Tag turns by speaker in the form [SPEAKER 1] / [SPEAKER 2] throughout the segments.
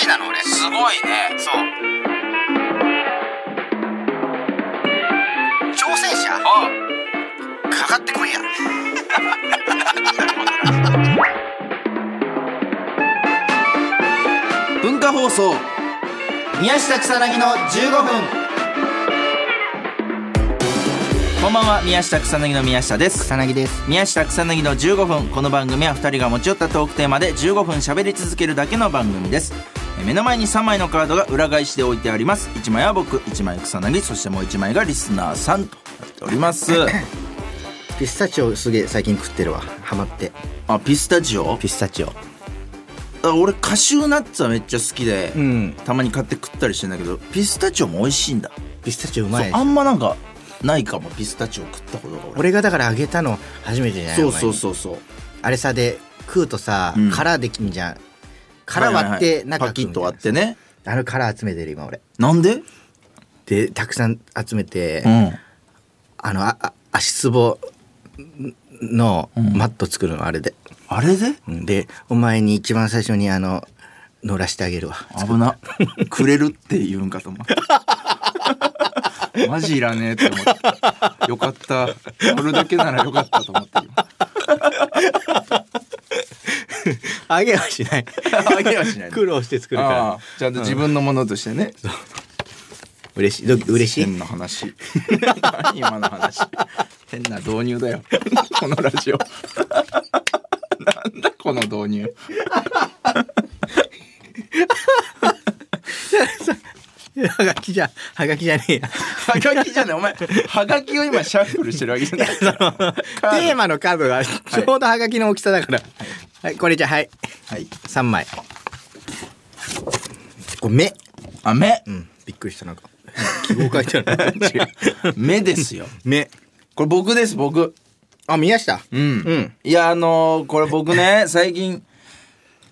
[SPEAKER 1] すごいね
[SPEAKER 2] そう挑戦者
[SPEAKER 1] あ
[SPEAKER 2] かかってこい や
[SPEAKER 3] 文化放送
[SPEAKER 2] 宮下草薙の15分
[SPEAKER 3] こんばんは宮下草薙の宮下です
[SPEAKER 2] 草薙です
[SPEAKER 3] 宮下草薙の15分この番組は2人が持ち寄ったトークテーマで15分喋り続けるだけの番組ですえ目の前に3枚のカードが裏返しで置いてあります1枚は僕1枚草薙そしてもう1枚がリスナーさんとなっております
[SPEAKER 2] ピスタチオすげえ最近食ってるわハマって
[SPEAKER 3] あピスタチオ
[SPEAKER 2] ピスタチオ
[SPEAKER 3] あ俺カシューナッツはめっちゃ好きで、
[SPEAKER 2] ん
[SPEAKER 3] たまに買って食ったりしてんだけどピスタチオも美味しいんだ
[SPEAKER 2] ピスタチオう
[SPEAKER 3] そ
[SPEAKER 2] ま
[SPEAKER 3] う
[SPEAKER 2] い
[SPEAKER 3] あんまなんかないかもピスタチオ食ったことが俺
[SPEAKER 2] 俺がだから揚げたの初めてじゃない
[SPEAKER 3] そうそう
[SPEAKER 2] う
[SPEAKER 3] そうそう
[SPEAKER 2] あれさで食うとさ、
[SPEAKER 3] うん
[SPEAKER 2] 殻できんじゃん殻割っ
[SPEAKER 3] はいはいは
[SPEAKER 2] て
[SPEAKER 3] い
[SPEAKER 2] 中
[SPEAKER 3] パキ
[SPEAKER 2] 食うみた
[SPEAKER 3] ッ
[SPEAKER 2] いな
[SPEAKER 3] と割ってね
[SPEAKER 2] あの殻集めてる今俺
[SPEAKER 3] なんで
[SPEAKER 2] でたくさん集めて、
[SPEAKER 3] うん
[SPEAKER 2] あのああ足つぼのマット作るのあれで、
[SPEAKER 3] あれで
[SPEAKER 2] うんでお前に一番最初にあの乗らしてあげるわ
[SPEAKER 3] 危なくれるって言うんかと思 うマジいらねえって思ったよかったこれだけならよかったと思って る
[SPEAKER 2] あげはしない
[SPEAKER 3] あげはしない
[SPEAKER 2] 苦労して作るから
[SPEAKER 3] ちゃんと自分のものとしてね、
[SPEAKER 2] 嬉しいど嬉しい
[SPEAKER 3] 変な話 何今の話変な導入だよ このラジオなんだこの導入
[SPEAKER 2] はがきじゃはがきじゃねえや
[SPEAKER 3] はがきじゃないお前はがきを今シャッフルしてるわけじゃない
[SPEAKER 2] テーマのカードがちょうどはがきの大きさだから、はいこれじゃはい
[SPEAKER 3] はい
[SPEAKER 2] 3枚これ目
[SPEAKER 3] あ目
[SPEAKER 2] うんびっくりしたなんか記号書いてある
[SPEAKER 3] 目ですよ
[SPEAKER 2] 目
[SPEAKER 3] これ僕です僕
[SPEAKER 2] あ宮下
[SPEAKER 3] うん、
[SPEAKER 2] うん
[SPEAKER 3] いやあのーこれ僕ね最近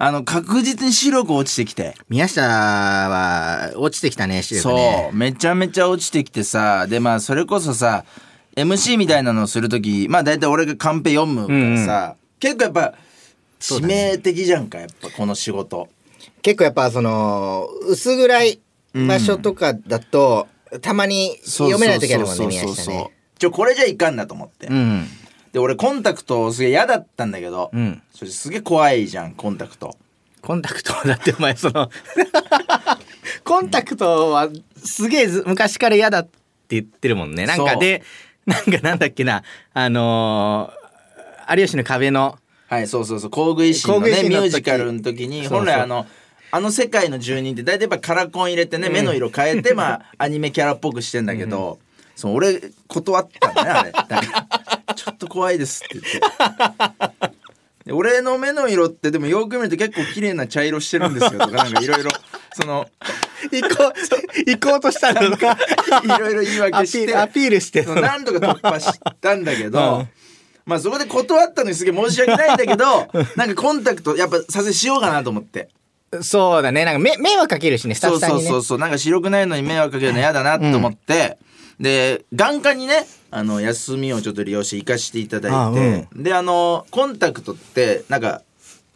[SPEAKER 3] あの確実に白く落ちてきて、
[SPEAKER 2] 宮下は落ちてきたね視力ね
[SPEAKER 3] そうめちゃめちゃ落ちてきてさでまあそれこそさ MC みたいなのをする時まあ大体俺がカンペ読むからさ、結構やっぱ
[SPEAKER 2] そう
[SPEAKER 3] 致
[SPEAKER 2] だね
[SPEAKER 3] 命的じゃんかやっぱこの仕事
[SPEAKER 2] 結構やっぱその薄暗い場所とかだと、たまに
[SPEAKER 3] そう
[SPEAKER 2] 読めない時あるもんね
[SPEAKER 3] そうそう
[SPEAKER 2] 宮
[SPEAKER 3] そう
[SPEAKER 2] 下
[SPEAKER 3] そう
[SPEAKER 2] ね
[SPEAKER 3] ちょこれじゃいかんなと思って、
[SPEAKER 2] うん
[SPEAKER 3] で俺コンタクトすげえ嫌だったんだけど、
[SPEAKER 2] うん
[SPEAKER 3] それすげえ怖いじゃんコンタクト
[SPEAKER 2] コンタクトだってお前その コンタクトはすげえず昔から嫌だって言ってるもんねなんか
[SPEAKER 3] そう
[SPEAKER 2] でなんかなんだっけなあのー有吉の壁の
[SPEAKER 3] はい、そうそうそう、工具維新の
[SPEAKER 2] 工具維
[SPEAKER 3] ね、
[SPEAKER 2] 新
[SPEAKER 3] ミ
[SPEAKER 2] の時
[SPEAKER 3] ュージカルの時に、
[SPEAKER 2] そうそう
[SPEAKER 3] 本来あの、あの世界の住人って大体やっぱカラコン入れてね、目の色変えて、 まあ、アニメキャラっぽくしてんだけど、そう、俺、断ったんだね、あれ。だからちょっと怖いですって言って。で俺の目の色ってでもよく見ると結構綺麗な茶色してるんですよとかなんかいろいろそ の
[SPEAKER 2] 行こう行こうとしたのか
[SPEAKER 3] いろいろ言い訳して
[SPEAKER 2] アピールして
[SPEAKER 3] そのなんとか突破したんだけ ど、まあそこで断ったのにすげえ申し訳ないんだけ ど、なんかコンタクトやっぱさせしようかなと思って。
[SPEAKER 2] そうだねなんか目迷惑かけるしねスタッ
[SPEAKER 3] そ
[SPEAKER 2] フ
[SPEAKER 3] う
[SPEAKER 2] さん
[SPEAKER 3] そう
[SPEAKER 2] にね
[SPEAKER 3] そうそう、なんか白くないのに迷惑かけるの嫌だなと思って、で、眼科にね、あの、休みをちょっと利用して行かしていただいて、で、あの、コンタクトって、なんか、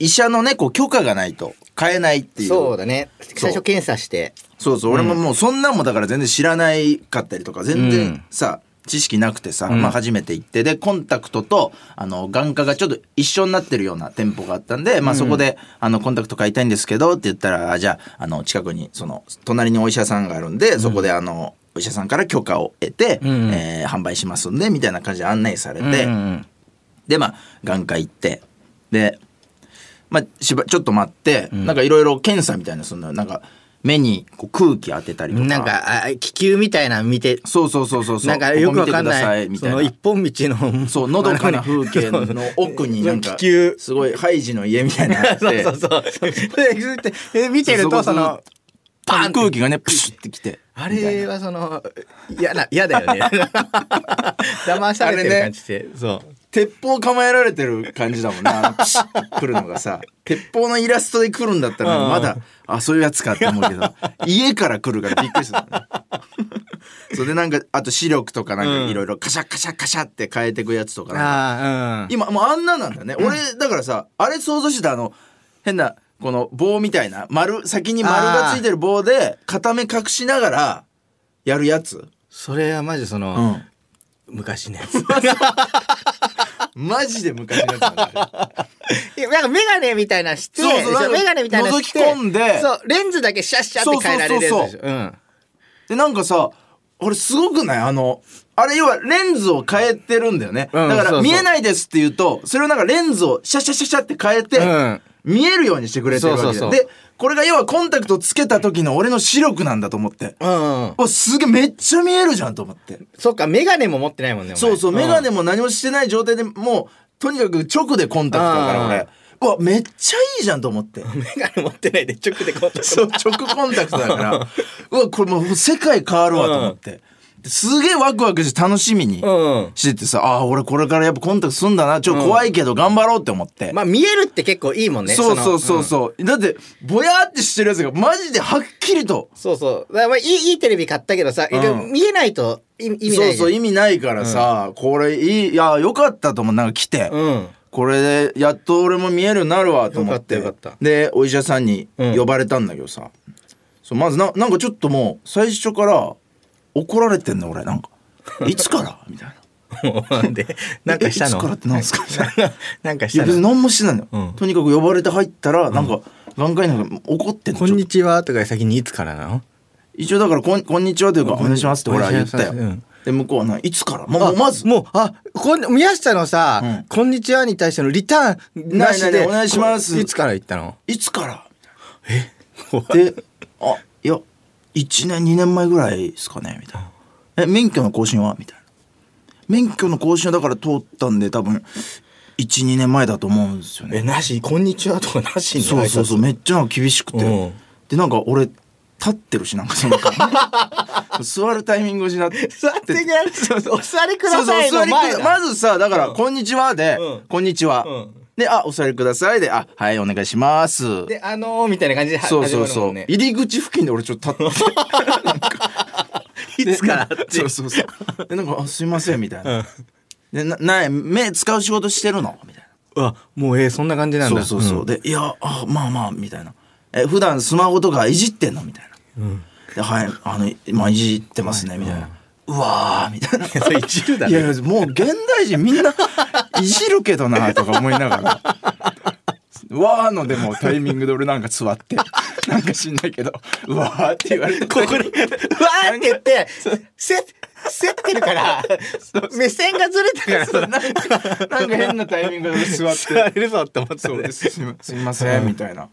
[SPEAKER 3] 医者のね、こう許可がないと買えないっていう。
[SPEAKER 2] そうだね最初検査して
[SPEAKER 3] そうそう、俺ももうそんなんもだから全然知らないかったりとか、全
[SPEAKER 2] う
[SPEAKER 3] 然
[SPEAKER 2] ん
[SPEAKER 3] さ、知識なくてさ、まあ初めて行って、で、コンタクトと、あの、眼科がちょっと一緒になってるような店舗があったんで、まあそこで、あの、コンタクト買いたいんですけどって言ったら、あじゃあ、あの、近くに、その、隣にお医者さんがあるんで、そこであの、お医者さんから許可を得て、
[SPEAKER 2] うん
[SPEAKER 3] えー販売しますんで、みたいな感じで案内されて、
[SPEAKER 2] うんうん
[SPEAKER 3] でまあ眼科行ってで、まあ、しばちょっと待って、なんかいろいろ検査みたいなそんななんか目にこう空気当てたりとか
[SPEAKER 2] なんかあ気球みたいなの見て
[SPEAKER 3] そうそうそうそうそう
[SPEAKER 2] なんかよくわかん
[SPEAKER 3] ここ見てくださ
[SPEAKER 2] ないい
[SPEAKER 3] みた
[SPEAKER 2] そ
[SPEAKER 3] い
[SPEAKER 2] の
[SPEAKER 3] な
[SPEAKER 2] 一本道の
[SPEAKER 3] そうのどかな風景の奥に なんか
[SPEAKER 2] 気球
[SPEAKER 3] すごいハイジの家みたいなのがあって
[SPEAKER 2] そうそうそうでずっとえ見てるとその
[SPEAKER 3] パン空気がねプシュってきて
[SPEAKER 2] あ
[SPEAKER 3] みたい
[SPEAKER 2] れ
[SPEAKER 3] な
[SPEAKER 2] はその嫌な嫌だ よね騙されてる感じで、そう
[SPEAKER 3] 鉄砲構えられてる感じだもんな、あのプシュッて来るのがさ鉄砲のイラストで来るんだったらまだ、あそういうやつかって思うけど家から来るからびっくりするんだよ ねそれでなんかあと視力とかなんかいろいろカシャカシャカシャって変えてくやつとかなんか
[SPEAKER 2] ああうん
[SPEAKER 3] 今もうあんななんだね俺だからさあれ想像してたあの変なこの棒みたいな丸先に丸がついてる棒で片目隠しながらやるやつ、
[SPEAKER 2] それはマジその、
[SPEAKER 3] ん、
[SPEAKER 2] 昔のやつ
[SPEAKER 3] マジで昔のやつだねあれ
[SPEAKER 2] いやなんか眼鏡みたいなして
[SPEAKER 3] そうそうなんか
[SPEAKER 2] メガネみたいなして
[SPEAKER 3] 覗き込んで
[SPEAKER 2] そうレンズだけシャッシャって変えられるやつ
[SPEAKER 3] そう
[SPEAKER 2] で
[SPEAKER 3] そ
[SPEAKER 2] し
[SPEAKER 3] う
[SPEAKER 2] ょうん
[SPEAKER 3] でなんかさあれすごくないあのあれ要はレンズを変えてるんだよね、
[SPEAKER 2] うん
[SPEAKER 3] だか
[SPEAKER 2] そうそ
[SPEAKER 3] ら
[SPEAKER 2] う
[SPEAKER 3] 見えないですって言うとそれをなんかレンズをシャシャシャシャって変えて、
[SPEAKER 2] うん
[SPEAKER 3] 見えるようにしてくれてるわけ
[SPEAKER 2] そう
[SPEAKER 3] で
[SPEAKER 2] そうそう
[SPEAKER 3] でこれが要はコンタクトつけた時の俺の視力なんだと思って、
[SPEAKER 2] うんうん
[SPEAKER 3] おすげえめっちゃ見えるじゃんと思って
[SPEAKER 2] そっか眼鏡も持ってないもんねお前
[SPEAKER 3] そうそう、
[SPEAKER 2] ん
[SPEAKER 3] メガネも何もしてない状態でもう、とにかく直でコンタクトだから
[SPEAKER 2] うん
[SPEAKER 3] 俺。うわ、めっちゃいいじゃんと思って。
[SPEAKER 2] メガネ持ってないで直でこう
[SPEAKER 3] そう、直コンタクトだか ら。うわ、これもう世界変わるわと思って。すげえワクワクして楽しみに
[SPEAKER 2] うん
[SPEAKER 3] しててさ、ああ、俺これからやっぱコンタクトすんだな。ちょっと怖いけど頑張ろうって思って。
[SPEAKER 2] まあ見えるって結構いいもんね
[SPEAKER 3] そう
[SPEAKER 2] の
[SPEAKER 3] そうそうそう。だって、ぼやーってしてるやつがマジではっきりと。
[SPEAKER 2] そうそうだからまあいいいいテレビ買ったけどさ、
[SPEAKER 3] うん
[SPEAKER 2] でも見えないとい意味ないじゃ
[SPEAKER 3] そ
[SPEAKER 2] ん
[SPEAKER 3] うそう、意味ないからさ、これいい、いや、よかったと思う。なんか来て。
[SPEAKER 2] うん
[SPEAKER 3] これでやっと俺も見えるようになるわと思って
[SPEAKER 2] よかったよかっ
[SPEAKER 3] でお医者さんに
[SPEAKER 2] うん
[SPEAKER 3] 呼ばれたんだけどさ、そうまずななんかちょっともう最初から怒られてんの俺なん か「いつから?」みたいな
[SPEAKER 2] もうなん で
[SPEAKER 3] 「
[SPEAKER 2] なんかした
[SPEAKER 3] えいつから
[SPEAKER 2] の
[SPEAKER 3] ってなんすか?」みたいな「い
[SPEAKER 2] なんかし
[SPEAKER 3] や
[SPEAKER 2] た
[SPEAKER 3] 別に
[SPEAKER 2] の
[SPEAKER 3] 何もしてないの、
[SPEAKER 2] うん
[SPEAKER 3] とにかく呼ばれて入ったらなんか眼科医なんか怒ってんのちょっと
[SPEAKER 2] ちは」とか先に「いつからなの?
[SPEAKER 3] 一応だからこん「こんにちは」というか「お願いします」って俺は言ったよ、
[SPEAKER 2] お願いします
[SPEAKER 3] で向こうはな「いつから?」もうまず
[SPEAKER 2] もうあこん宮下のさ
[SPEAKER 3] うん
[SPEAKER 2] こんにちは」に対してのリターンなし
[SPEAKER 3] ないないない
[SPEAKER 2] で
[SPEAKER 3] お願いします
[SPEAKER 2] こいつから言ったの
[SPEAKER 3] 「いつから?」で「あいや1年2年前ぐらいですかね」みたいな「え免許の更新は?」みたいな「免許の更新はだから通ったんで多分12年前だと思うんですよ
[SPEAKER 2] え
[SPEAKER 3] ね
[SPEAKER 2] なし「こんにちは」とかな」しに
[SPEAKER 3] そうそうそうめっちゃなんか厳しくて、
[SPEAKER 2] うん
[SPEAKER 3] でなんか俺立ってるしなんかその 座るタイミングを失って
[SPEAKER 2] 座ってくださいお座りく
[SPEAKER 3] そ
[SPEAKER 2] だ
[SPEAKER 3] うそう
[SPEAKER 2] さい
[SPEAKER 3] 座
[SPEAKER 2] の
[SPEAKER 3] りくだ
[SPEAKER 2] 前だ
[SPEAKER 3] まずさだから「こんにちは」で「
[SPEAKER 2] うん
[SPEAKER 3] こんにちは」
[SPEAKER 2] うん
[SPEAKER 3] で「あお座りください」で「あはいお願いします」
[SPEAKER 2] であのーみたいな感じでは
[SPEAKER 3] そうそう
[SPEAKER 2] 始まる
[SPEAKER 3] そ
[SPEAKER 2] も
[SPEAKER 3] うん
[SPEAKER 2] ね
[SPEAKER 3] 入り口付近で俺ちょっと立ってて なんか
[SPEAKER 2] いつから
[SPEAKER 3] でそうそうそうでなんか「あすいません」みたいな「でなない目使う仕事してるの?」みたい
[SPEAKER 2] あもうえーそんな感じな
[SPEAKER 3] なんそ
[SPEAKER 2] だ
[SPEAKER 3] うそうそう、で「いやあまあまあ」みたいな「え普段スマホとかいじってんの?」みたいな「ではいあのまあいじってますね」みたいな「うわー」みたいな。
[SPEAKER 2] いやそれ一流だ
[SPEAKER 3] い
[SPEAKER 2] ね
[SPEAKER 3] やいやもう現代人みんないじるけどなとか思いなが ら「わ」のでもタイミングで俺なんか座ってなんか知んないけど「うわ」って言われて
[SPEAKER 2] ここに、うわーって言って、せ、せってるから、目線がずれたから
[SPEAKER 3] そう
[SPEAKER 2] さ、
[SPEAKER 3] なんかなんか変なタイミングで俺座って
[SPEAKER 2] 座れるぞって思っ
[SPEAKER 3] 「
[SPEAKER 2] た
[SPEAKER 3] そう
[SPEAKER 2] ね
[SPEAKER 3] で。すすいますいません」みたいな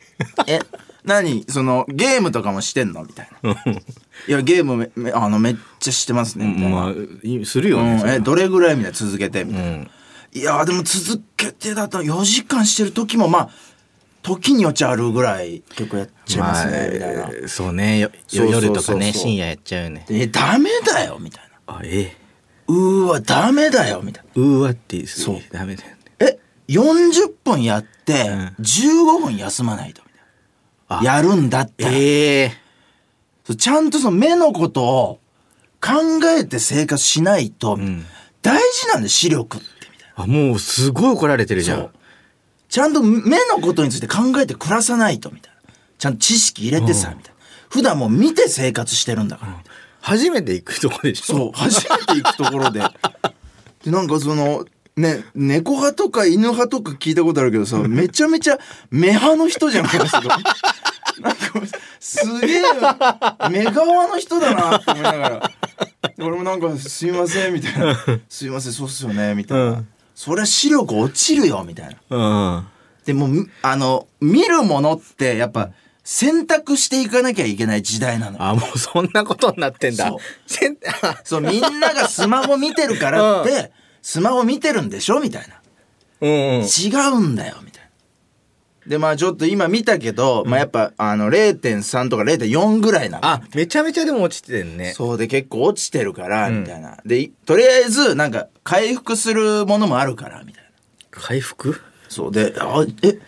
[SPEAKER 3] 「え何そのゲームとかもしてんの?」みたいな「いやゲームめめあのめっちゃしてますね」みたいな
[SPEAKER 2] まあ、するよ
[SPEAKER 3] うんえ
[SPEAKER 2] ね。
[SPEAKER 3] どれぐらいみたいな続けてみたいな、
[SPEAKER 2] ん
[SPEAKER 3] いやーでも続けてだと4時間してる時もまあ時によっちゃあるぐらい結構やっちゃいますね、みたいな
[SPEAKER 2] あ、そうね。よ
[SPEAKER 3] そうそうそうそう
[SPEAKER 2] 夜やっちゃうよね。
[SPEAKER 3] えダメだよみたいな
[SPEAKER 2] あ、え
[SPEAKER 3] うーわダメだよみたいな
[SPEAKER 2] ー、うーわって、そうう。ダメだよね。
[SPEAKER 3] え40分やって15分休まないとみたいな、やるんだったら、
[SPEAKER 2] ええ。
[SPEAKER 3] そうちゃんとその目のことを考えて生活しないと、
[SPEAKER 2] ん
[SPEAKER 3] 大事なんだよ視力ってみたいな
[SPEAKER 2] あ、もうすごい怒られてるじゃ。
[SPEAKER 3] そうんちゃんと目のことについて考えて暮らさないとみたいなちゃんと知識入れてさ、みたいな普段もう見て生活してるんだから、みたい
[SPEAKER 2] 初めて行くとこでし
[SPEAKER 3] な
[SPEAKER 2] ょ。
[SPEAKER 3] そう初めて行くところで でなんかそのね猫派とか犬派とか聞いたことあるけどさめちゃめちゃ目派の人じゃないですかなんかすげえ目側の人だなって思いながらで俺もなんか「すいません」みたい な「すいませんそうっすよね」みたいな、
[SPEAKER 2] うん
[SPEAKER 3] そりゃ視力落ちるよ」みたいな。
[SPEAKER 2] うん。
[SPEAKER 3] でもむあの見るものってやっぱ選択していかなきゃいけない時代なのよ
[SPEAKER 2] あ、もうそんなことになってんだ
[SPEAKER 3] そう。
[SPEAKER 2] せんあ
[SPEAKER 3] そうみんながスマホ見てるから って、スマホ見てるんでしょみたいな
[SPEAKER 2] うんうん。
[SPEAKER 3] 違うんだよみたいなでまあちょっと今見たけど、まあやっぱあの0.3とか0.4ぐらいなの
[SPEAKER 2] あ、めちゃめちゃでも落ちてんね。
[SPEAKER 3] そうで結構落ちてるから
[SPEAKER 2] うん
[SPEAKER 3] みたいな、でいとりあえずなんか回復するものもあるからみたいな
[SPEAKER 2] 回復
[SPEAKER 3] そうで「あえ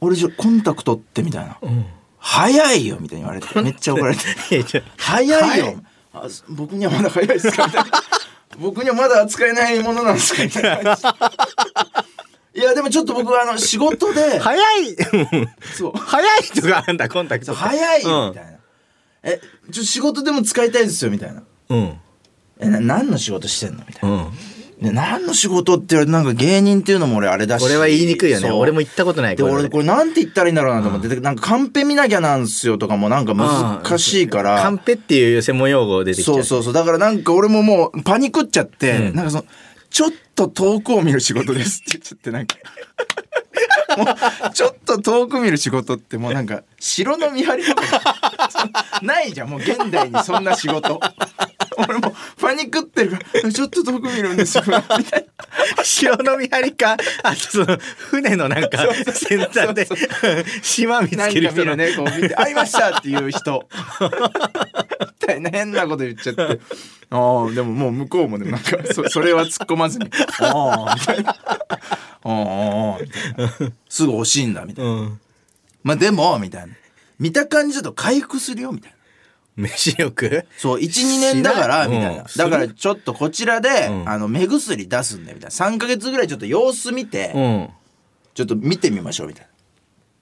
[SPEAKER 3] 俺じゃコンタクトって」みたいな「早いよ」みたいに言われてめっちゃ怒られて
[SPEAKER 2] いやいや
[SPEAKER 3] 「早い
[SPEAKER 2] は
[SPEAKER 3] よあす僕にはまだ早いです か?」みたいな「僕にはまだ扱えないものなんですか?」みたいな感じいやででもちょっと僕はあの仕事で
[SPEAKER 2] 早い
[SPEAKER 3] そう
[SPEAKER 2] 早いとかあんだコンタク
[SPEAKER 3] そ
[SPEAKER 2] ト
[SPEAKER 3] う早いよ
[SPEAKER 2] うん
[SPEAKER 3] みたいな、えちょ仕事でも使いたいですよみたいな
[SPEAKER 2] うん
[SPEAKER 3] えな何の仕事してんのみた
[SPEAKER 2] う
[SPEAKER 3] いな、
[SPEAKER 2] ん
[SPEAKER 3] で何の仕事って言われてなんか芸人っていうのも俺あれだし
[SPEAKER 2] これは言いにくいよね
[SPEAKER 3] そう
[SPEAKER 2] 俺も言ったことない
[SPEAKER 3] で
[SPEAKER 2] これ
[SPEAKER 3] 俺これなんて言ったらいいんだろうなと思って、でなんかカンペ見なきゃなんすよとかもなんか難しいから、
[SPEAKER 2] カンペっていう専門用語出てきちゃ
[SPEAKER 3] そううそうそうだからなんか俺ももうパニクっちゃって、
[SPEAKER 2] うん
[SPEAKER 3] なんかそのちょっと遠くを見る仕事ですって言っちゃってなん かもうちょっと遠く見る仕事ってもうなんか城の見張りとかないじゃんもう現代にそんな仕事俺もうパニクってるからちょっと遠く見るんですよみたいな
[SPEAKER 2] 潮の見張りかあとその船のなんか先端で島見つ
[SPEAKER 3] 何
[SPEAKER 2] ける
[SPEAKER 3] か見る
[SPEAKER 2] 人の
[SPEAKER 3] ねこう見 て「会いました!」っていう人みたいな変なこと言っちゃ ってああでももう向こうもでもなんかそそれは突っ込まずに 「ああ」みたいな「ああ」みたいな「すぐ欲しいんだ」みたいな
[SPEAKER 2] うん
[SPEAKER 3] 「まあでも」みたいな見た感じだと回復するよみたいな。
[SPEAKER 2] 飯欲
[SPEAKER 3] そう12年だから
[SPEAKER 2] しな
[SPEAKER 3] み
[SPEAKER 2] い
[SPEAKER 3] たいな、
[SPEAKER 2] うん
[SPEAKER 3] だからちょっとこちらで、
[SPEAKER 2] うん
[SPEAKER 3] あの目薬出すんでみたいな3か月ぐらいちょっと様子見て、
[SPEAKER 2] うん
[SPEAKER 3] ちょっと見てみましょうみたい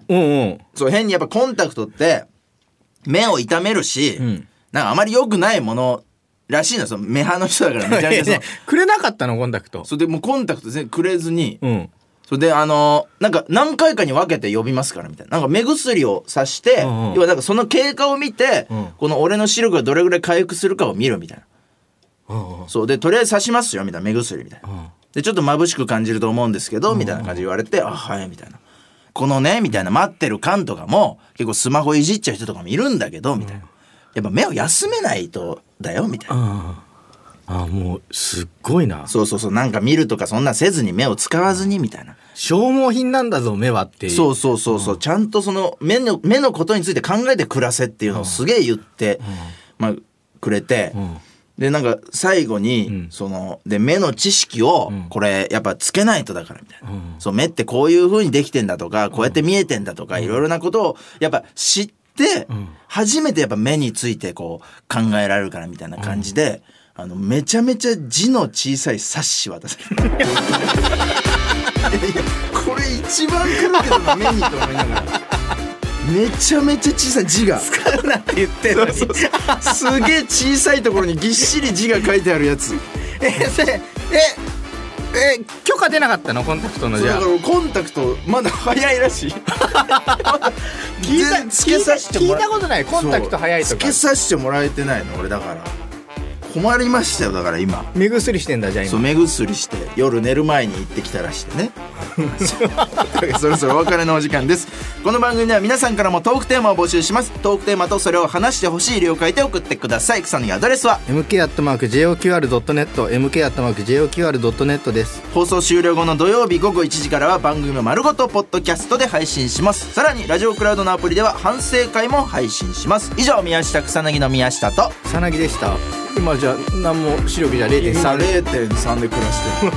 [SPEAKER 3] な
[SPEAKER 2] うんうん
[SPEAKER 3] そう変にやっぱコンタクトって目を痛めるし、
[SPEAKER 2] うん
[SPEAKER 3] なんかあまり良くないものらしいのその目派の人だ からめちゃめちゃその
[SPEAKER 2] ねくれなかったのコンタクト
[SPEAKER 3] それでもうコンタクト全然くれずに、
[SPEAKER 2] うん
[SPEAKER 3] それであのーなんか何回かに分けて呼びますからみたいななんか目薬をさして、
[SPEAKER 2] うんうん
[SPEAKER 3] 要はなんかその経過を見て、
[SPEAKER 2] うん
[SPEAKER 3] この俺の視力がどれぐらい回復するかを見るみたいな
[SPEAKER 2] うん
[SPEAKER 3] そうでとりあえず刺しますよみたいな目薬みたいな。
[SPEAKER 2] うん
[SPEAKER 3] でちょっと眩しく感じると思うんですけどみたいな感じで言われて「あはい」みたいな「このね」みたいな待ってる感とかも結構スマホいじっちゃう人とかもいるんだけどみたいなやっぱ目を休めないとだよみたいな
[SPEAKER 2] ああもうすっごいな
[SPEAKER 3] そうそうそうなんか見るとかそんなせずに目を使わずにみたいな
[SPEAKER 2] 消耗品なんだぞ目はっていう
[SPEAKER 3] そうそうそうそうちゃんとその目の目のことについて考えて暮らせっていうのをすげえ言ってまあくれて
[SPEAKER 2] うん
[SPEAKER 3] でなんか最後
[SPEAKER 2] うん
[SPEAKER 3] にそので目の知識を
[SPEAKER 2] うん
[SPEAKER 3] これやっぱつけないとだからみたいな
[SPEAKER 2] うん
[SPEAKER 3] そう目ってこういう風にできてんだとかこうやって見えてんだとかいろいろなことをやっぱ知って
[SPEAKER 2] うん
[SPEAKER 3] 初めてやっぱ目についてこう考えられるからみたいな感じであのめちゃめちゃ字の小さい冊子渡されて いやいやこれ一番来るけどな目にと思いながらめちゃめちゃ小さい字が。
[SPEAKER 2] 使うなって言ってんのに
[SPEAKER 3] そうそうすげえ小さいところにぎっしり字が書いてあるやつ
[SPEAKER 2] えそれええ許可出なかったのコンタクトの
[SPEAKER 3] そう
[SPEAKER 2] じ
[SPEAKER 3] だ
[SPEAKER 2] ゃ
[SPEAKER 3] か
[SPEAKER 2] あ
[SPEAKER 3] らコンタクトまだ早いら しい
[SPEAKER 2] 聞いた
[SPEAKER 3] 全つけさせてもら
[SPEAKER 2] 聞いたことないコンタクト早いと
[SPEAKER 3] そう
[SPEAKER 2] か
[SPEAKER 3] つけさせてもらえてないの俺だから困りましたよだから今
[SPEAKER 2] 目薬してんだじゃあ
[SPEAKER 3] そう
[SPEAKER 2] 今
[SPEAKER 3] 目薬して夜寝る前に行ってきたらしてね そうそろそろお別れのお時間ですこの番組では皆さんからもトークテーマを募集しますトークテーマとそれを話してほしい理由を書いて送ってください草薙アドレスは
[SPEAKER 2] mk.joqr.net mk.joqr.net です
[SPEAKER 3] 放送終了後の土曜日午後1時からは番組を丸ごとポッドキャストで配信しますさらにラジオクラウドのアプリでは反省会も配信します以上宮下草薙の宮下と
[SPEAKER 2] さなぎでした今じゃあ何も視力じゃ0.3
[SPEAKER 3] 0.3で暮らしてる